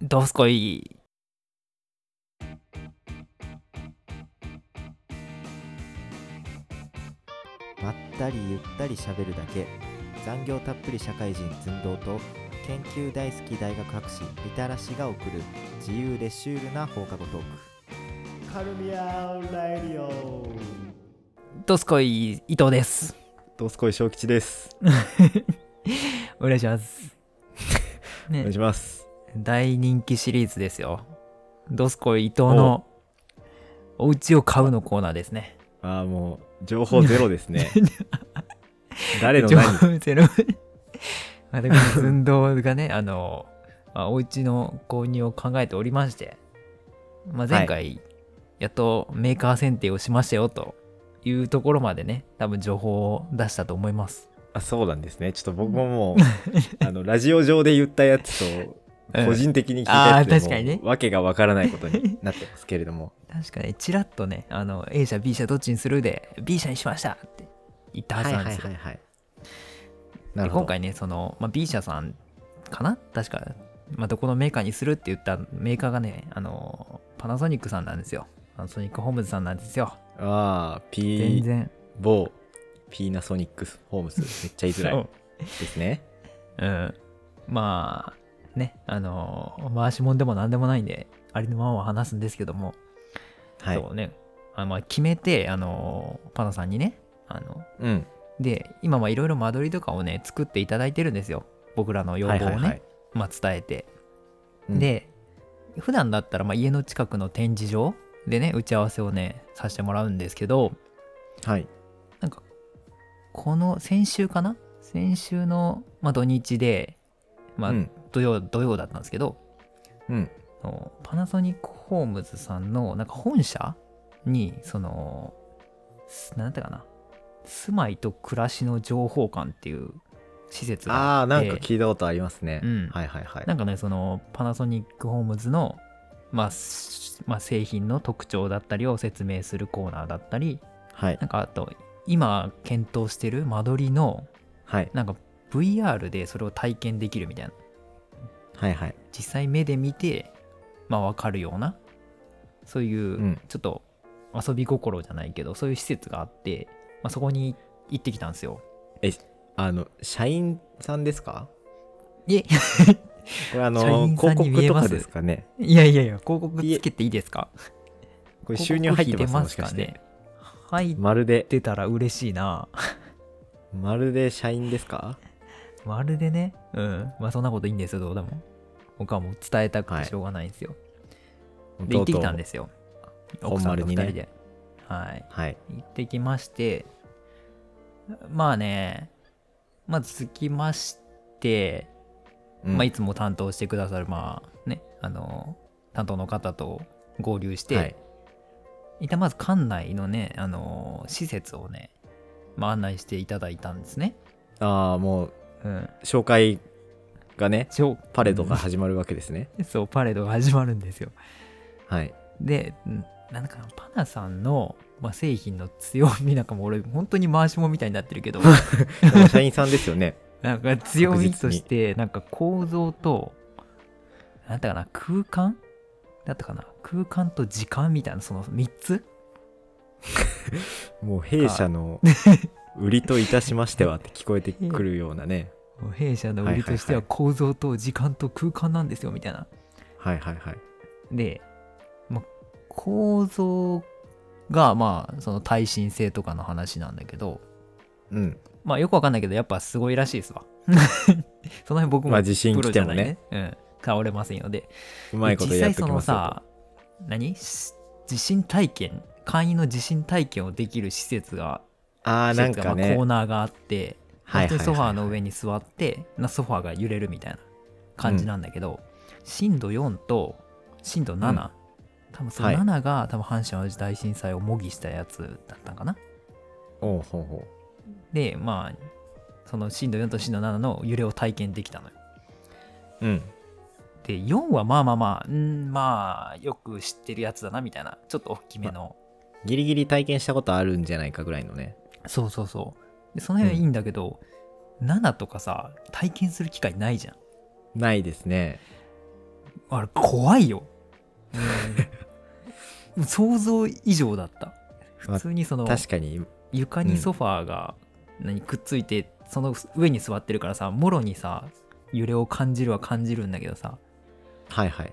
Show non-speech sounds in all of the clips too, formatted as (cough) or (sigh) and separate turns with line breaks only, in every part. どすこい。
まったりゆったり喋るだけ残業たっぷり社会人寸胴と研究大好き大学博士みたらしが送る自由でシュールな放課後トークカルミアラディオ
どすこい、伊藤です。
どうすこい小吉です
(laughs) お願いします。
お願
(laughs) ね
い、します
大人気シリーズですよ。どすこい、伊藤のお家を買うのコーナーですね。
ああもう情報ゼロです
(laughs)
ね誰の
情
何
報 (laughs) ゼロ。まあ、でも、寸胴がね、 (laughs) あの、まあ、お家の購入を考えておりまして、まあ、前回、やっとメーカー選定をしましたよというところまでね、多分情報を出したと思います。
あそうなんですねちょっと僕も
(laughs)
もうあのラジオ上で言ったやつと
うん
個人的に聞いたやつ
あ
で
ー確かにね
もう訳がわからないことになってますけれども
確かに、ちらっとね、あの、A 社、B 社どっちにするで、B 社にしましたって言ったはずなんですよ。
はい
で
なるほど
今回ね、その、まあ、B 社さんかな確か、まあ、どこのメーカーにするって言ったメーカーがね、あの、パナソニックさんなんですよ。パナソニックホームズさんなんですよ。
ああ
全
P
然。
某ピーナソニックスホームスめっちゃ言いづらいですね
そううん。まあ、ね、あの、回しもんでも何でもないんで、ありのままを話すんですけども、
はい
そうね、あまあ、決めて、あの、パナさんにね、あの、
うん
で今はいろいろ間取りとかをね作っていただいてるんですよ僕らの要望
は
をね、
いはいはい
まあ、伝えて、
うん
で普段だったらまあ家の近くの展示場でね打ち合わせをねさせてもらうんですけど
はい
なんかこの先週かな先週の、まあ、土日で、まあ
う、ん
土曜土曜だったんですけど
うん
そのパナソニックホームズさんのなんか本社にそのすなんていうかな住まいと暮らしの情報館っていう施設が
あ
あ
あ
っ
な
て
んか聞いたことありますね
うん
はいはいはい
なんかねそのパナソニックホームズの、まあしまあ、製品の特徴だったりを説明するコーナーだったり
はい
なんかあと今検討してる間取りの
はい
なんか VR でそれを体験できるみたいな
はいはい
実際目で見てまあ分かるようなそういう、
うん
ちょっと遊び心じゃないけどそういう施設があって、まあ、そこに行ってきたんですよ
あの社員さんですか
いえ
これあ
社
の
員さ
広
んに見
告
え
と
ます
かですかね
いやいやいや広告つけていいですか
これ収入入ってます
広告
も
費
しかし
出
て
ますかね入っ
まるで
てたら嬉しいな
まるで社員ですか
まるでねうんまあそんなこといいんですよどうでも僕はもう伝えたくてしょうがないんですよ、で行ってきたんですすよ
とう
奥さんと2
本丸
人
に
で、はい
はい
行ってきましてまあねまず着きまして、
うん
まあ、いつも担当してくださるまあねあの担当の方と合流して、
はい
い、ったんまず館内のねあの施設をね、まあ、案内していただいたんですね。
ああもう
うん、
紹介がね
ちょ
パレードが始まるわけですね、
そうパレードが始まるんですよ。
はい
でうんなんかパナさんの、まあ、製品の強みなんかもう俺本当に回しもみたいになってるけ
(laughs)
ど
でも社員さんですよね (laughs)
なんか強みとしてなんか構造となんだかな空間だったかな空間と時間みたいなその3つ
もう弊
(laughs)
社の売りといたしましてはって聞こえてくるようなね
弊社の売りとしては
はいはいは
構
い
造と時間と空間なんですよみたいな。
はいはいはい
で、ま、構造がまあその耐震性とかの話なんだけど
うん
まあよくわかんないけどやっぱすごいらしいです
(laughs)
わ。その辺僕も
まあ地震
プロじ
来て
ゃ
も
ない
ね
ね。うん、倒れませんので。
うまいことやってきま
実際そ
す
の
よ
さ何し地震体験簡易の地震体験をできる施設が
ああ
施
なん
設がま
か
あ
ね
コーナーがあって
はい
本当
は
にソファ
いはい
ーの上に座って、なソファーが揺れるみたいな感じなんだけど、震度4と震度7、
うん
多分その
はい
7が、多分阪神・淡路大震災を模擬したやつだったんかな
おうほうほ
でまあその震度4と震度7の揺れを体験できたのよ
ううん
で4はまあまあまあうんまあよく知ってるやつだなみたいなちょっと大きめの
ギリギリ体験したことあるんじゃないかぐらいのね
そうそうそうでその辺はいいんだけど、7とかさ体験する機会ないじゃん
ないですね
あれ怖いよ、うん想像以上だった
まあ
普通にその
確かに
床にソファーが何くっついてその上に座ってるからさもろにさ揺れを感じるは感じるんだけどさ
はいはい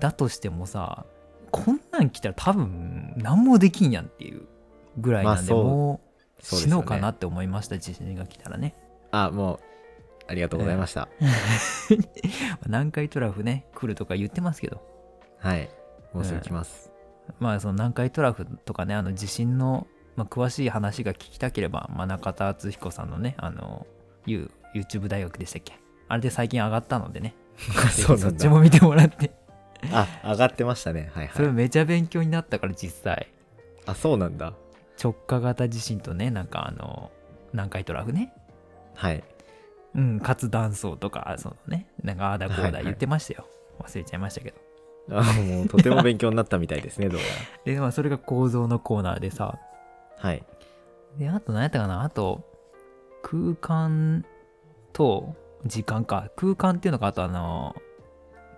だとしてもさこんなん来たら多分何もできんやんっていうぐらいなんで、
まあそう
もう
そうで
死
すよね
のうかなって思いました、地震が来たらね
あもうありがとうございました、
南海トラフね来るとか言ってますけど
はいもうすぐ来ます、
まあその南海トラフとかねあの地震の、まあ、詳しい話が聞きたければ、まあ、中田敦彦さんのねあの You- YouTube 大学でしたっけあれで最近上がったのでねぜ
(laughs) そう
ひそ
な
っ
ん
ち
だ
も見てもらって
あ上がってましたねはい
それ
はい
めちゃ勉強になったから実際
あそうなんだ
直下型地震とねなんかあの南海トラフね
はい
うん活断層とかそのねなんかああだこう
はいは
だ
い
言ってましたよ、忘れちゃいましたけど
あもうとても勉強になったみたいですねどうや
でまあそれが構造のコーナーでさ
らはい
であと何やったかなあと空間と時間か空間っていうのかあとあの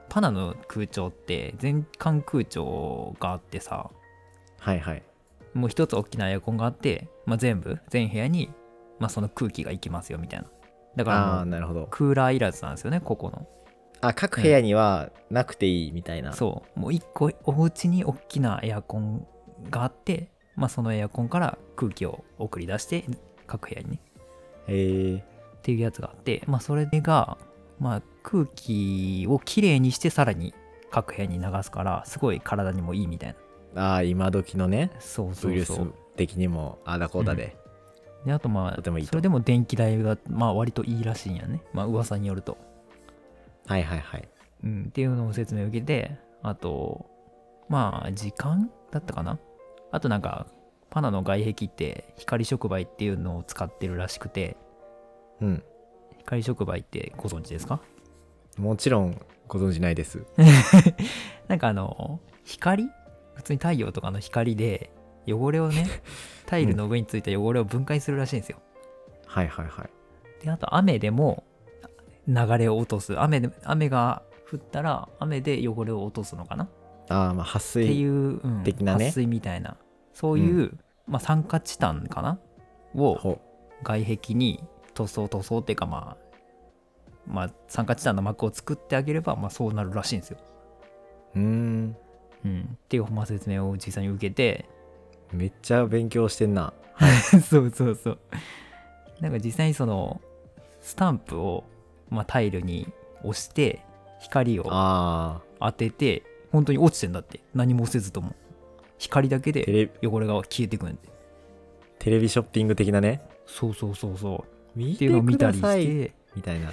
パナの空調って全館空調があってさ
はいはい
もう一つ大きなエアコンがあって、まあ、全部全部屋に、まあ、その空気が行きますよみたいなだ
あ
から
あー
もう
なるほど
クーラーいらずなんですよねここの
あ各部屋にはなくていいみたいな、
そうもう一個お家に大きなエアコンがあって、まあ、そのエアコンから空気を送り出して各部屋にね
へえ
っていうやつがあって、まあ、それが、まあ、空気をきれいにしてさらに各部屋に流すからすごい体にもいいみたい
ああ今時のね
なそうそ
ウ
う
イルス
そう
的にもあーだこうだで、
であとまあ
とてもいいと
それでも電気代が、まあ、割といいらしいんやねまあ噂によると、
はいはいはい
うん、っていうのを説明を受けてあとまあ時間だったかなあとなんかパナの外壁って光触媒っていうのを使ってるらしくて
うん
光触媒ってご存知ですか
もちろんご存知ないです
なんかあの光普通に太陽とかの光で汚れを (laughs) ねタイルの上についた汚れを分解するらしいんですよ。
はいはいはい
であと雨でも流れを落とす雨で雨が降ったら雨で汚れを落とすのかなっ
ああまあ撥水
ていう、うん
的なね
撥水みたいなそういう、まあ、酸化チタンかなを
ほ
外壁に塗装塗装っていうかまあまあ、酸化チタンの膜を作ってあげれば、まあ、そうなるらしいんですよ。
ううーん
うん、っていうまあ説明を実際に受けて (laughs)
めっちゃ勉強してんな
そうそうそう。なんか実際にそのスタンプを、まあ、タイルに押して光を
あ
当てて本当に落ちてんだって何もせずとも光だけ
ーテ
で
レ
汚れが消えてくんで
テレビショッピング的なね
そうそうそうそう
見
って
て
いうのを見
く
た
だ
りし
さい
て、
みたいなは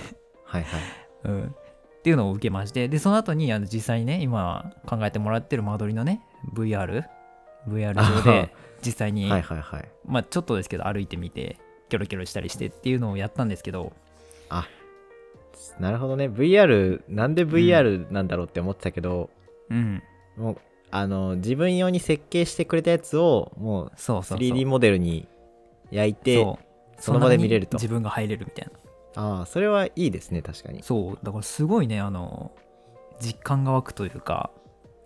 いはい
うん、っていうのを受けましてでその後にあの実際にね今考えてもらってる間取りのね VRVR 上で実際に、
はいはいはい
まあちょっとですけど歩いてみてキョロキョロしたりしてっていうのをやったんですけど
なるほどね VR なんで VR なんだろうって思ってたけど、
うん
もうあの自分用に設計してくれたやつをもう
そうそうそう
3D モデルに焼いて
そう
その場で見れると
その中に自分が入れるみたいな
ああそれはいいですね確かに、
そうだからすごいねあの実感が湧くというか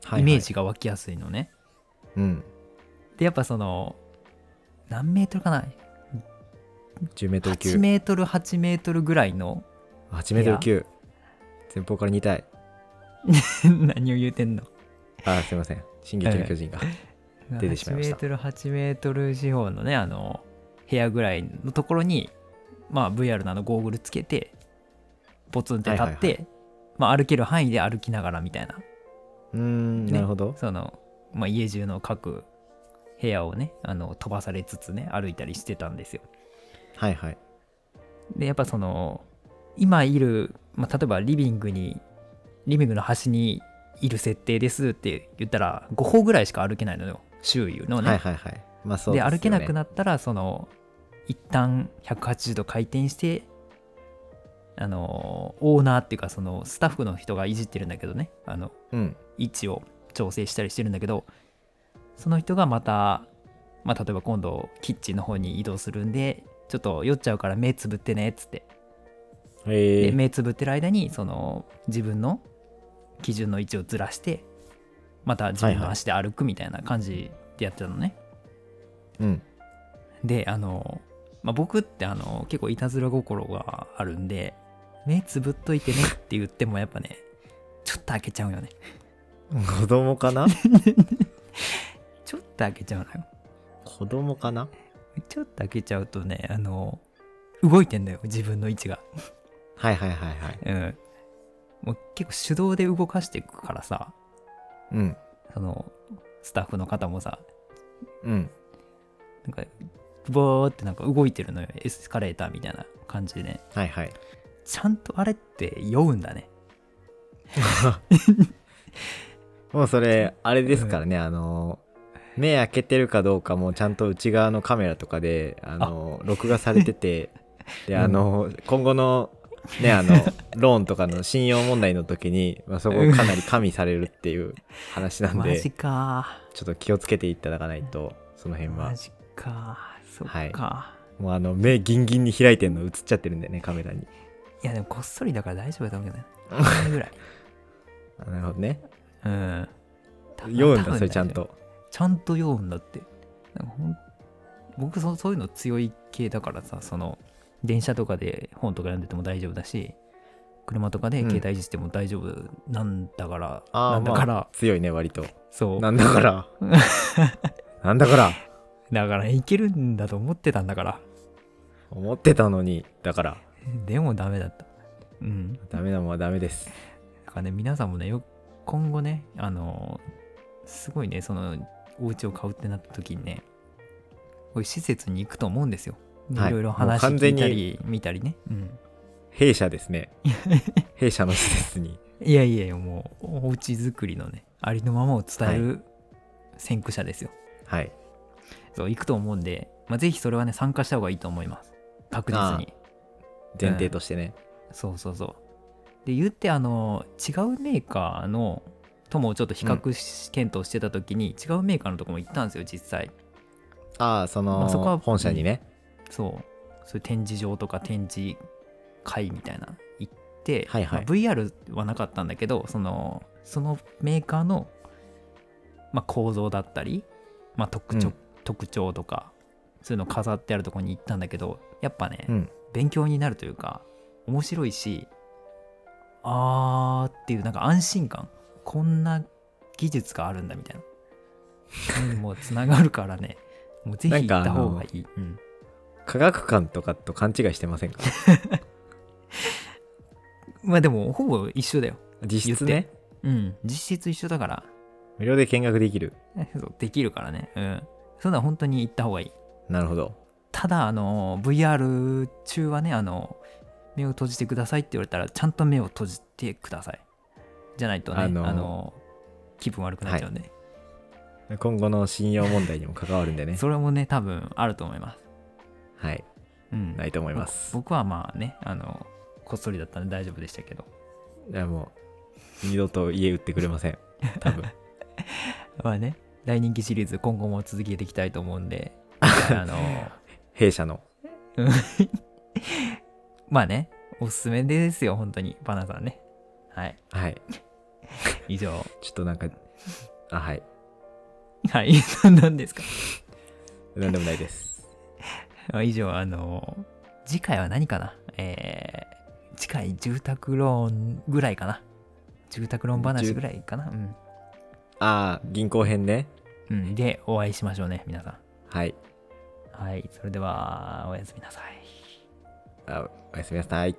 はいはい
イメージが湧きやすいのね、
うん
でやっぱその何メートルかな
10メートル級
8メートル8メートルぐらいの (laughs)
8メートル級前方から2体
何を言うてんの
ああすいません進撃の巨人が、出てしまいまし
8メー
た
トル8メートル四方のねあの部屋ぐらいのところにまあ VR のあのゴーグルつけてポツンって立って、
はい
まあ、歩ける範囲で歩きながらみたいな
うーん
ね
なるほど、
その、まあ、家中の各部屋をねあの飛ばされつつね歩いたりしてたんですよ
はいはい
でやっぱその今いる、まあ、例えばリビングにリビングの端にいる設定ですって言ったら5歩ぐらいしか歩けないのよ周囲のね、
はいはいはいまあそう
で
ですよね
歩けなくなったらその一旦180度回転してあのオーナーっていうかそのスタッフの人がいじってるんだけどねあの
うん
位置を調整したりしてるんだけどその人がまた、まあ、例えば今度キッチンの方に移動するんでちょっと酔っちゃうから目つぶってねっつって、
へ
で
え
目つぶってる間にその自分の基準の位置をずらしてまた自分の足で歩くみたいな感じでやってたのね、
うん
であの、まあ、僕ってあの結構いたずら心があるんで目つぶっといてねって言ってもやっぱねちょっと開けちゃうよね
子供かな (laughs)
ちょっと開けちゃうのよ
子供かな
ちょっと開けちゃうとねあの動いてんだよ自分の位置が
はいはいはいはい
うんもう結構手動で動かしていくからさ
うん
そのスタッフの方もさ
うん
なんかボーってなんか動いてるのよエスカレーターみたいな感じでね
はいはい
ちゃんとあれって酔うんだね
もうそれあれですからね、あの目開けてるかどうかもちゃんと内側のカメラとかであの録画され
(laughs)
ててであの、今後のねあのローンとかの信用問題の時に、まあ、そこをかなり加味されるっていう話な
(laughs)
ん
マ
で
ジ
ち
か
ょっと気をつけていただかないとその辺は
マジかそっか、
は
い、
いもうあの目ギンギンに開いてるの映っちゃってるんでねカメラに
やでもこっそりだから大丈夫だと思うけどねこれぐ
(laughs)
らい
あなるほどね
うん多分
酔うん
多
だ
分
それちゃんと
ちゃんと酔うんだってなんかほん僕そそういうの強い系だからさその電車とかで本とか読んでても大丈夫だし車とかで
うん
携帯いじっても大丈夫なんだから、
あ
な
あ
んだから、
まあ、強いね割と
そう
なんだから
(laughs)
なんだから
だからいけるんだと思ってたんだから
思ってたのにだから
でもダメだったうん
ダメなもんはダメです
だからね皆さんもねよ今後ねあのすごいねそのお家を買うってなった時にねこういう施設に行くと思うんですよで
はい
いろいろ話
もう完
聞い
全に
たり見たりね、うん、
弊社です
(laughs)
ね弊社の施設に
いやいやいやもうお家作りのねありのままを伝える先駆者ですよ、
はい
そう行くと思うんで、まあ、ぜひそれはね参加した方がいいと思います確実に
前提としてね、
そうそうそうで言ってあの違うメーカーのともちょっと比較し、検討してた時に違うメーカーのとこも行ったんですよ実際
ああその、
まあそこは
本社にね、
そうそういう展示場とか展示会みたいな行って、
はいはい
まあ VR はなかったんだけどそのそのメーカーの、まあ、構造だったり、まあ、特徴、
うん
特徴とかそういうの飾ってあるとこに行ったんだけどやっぱね、
うん
勉強になるというか面白いしあーっていうなんか安心感こんな技術があるんだみたいなそう
(laughs)
いうのもつながるからねもうぜひ行った方がいい、うん、
科学館とかと勘違いしてませんか
まあでもほぼ一緒だよ
実質ね
うん実質一緒だから (laughs)
無料で見学できる
えそうできるからねうんそんなの本当に行った方がいい
なるほど
ただあの VR 中はねあの目を閉じてくださいって言われたらちゃんと目を閉じてくださいじゃないとねあ
あ
の
の
気分悪くなっちゃうんで、
今後の信用問題にも関わるんでね
(laughs) それもね多分あると思います
はい
うん
ないと思います
僕僕はまあねあのこっそりだったんで大丈夫でしたけど
いやもう二度と家売ってくれません
(laughs)
多分
まあね大人気シリーズ今後も続けていきたいと思うんで
(laughs)
あの
弊社の
まあね、おすすめですよ、本当に、バナさんね。はい、
はい
以上。
ちょっとなんかあはい
(laughs) はい、 (laughs) 何ですか
なんでもないです
まあ以上、あの、次回は何かなえー、次回、住宅ローンぐらいかな。住宅ローン話ぐらいかな。うん。
ああ銀行編ね
うん、で、お会いしましょうね、皆さん。
はい
はい、それでは、おやすみなさい。
あおやすみなさい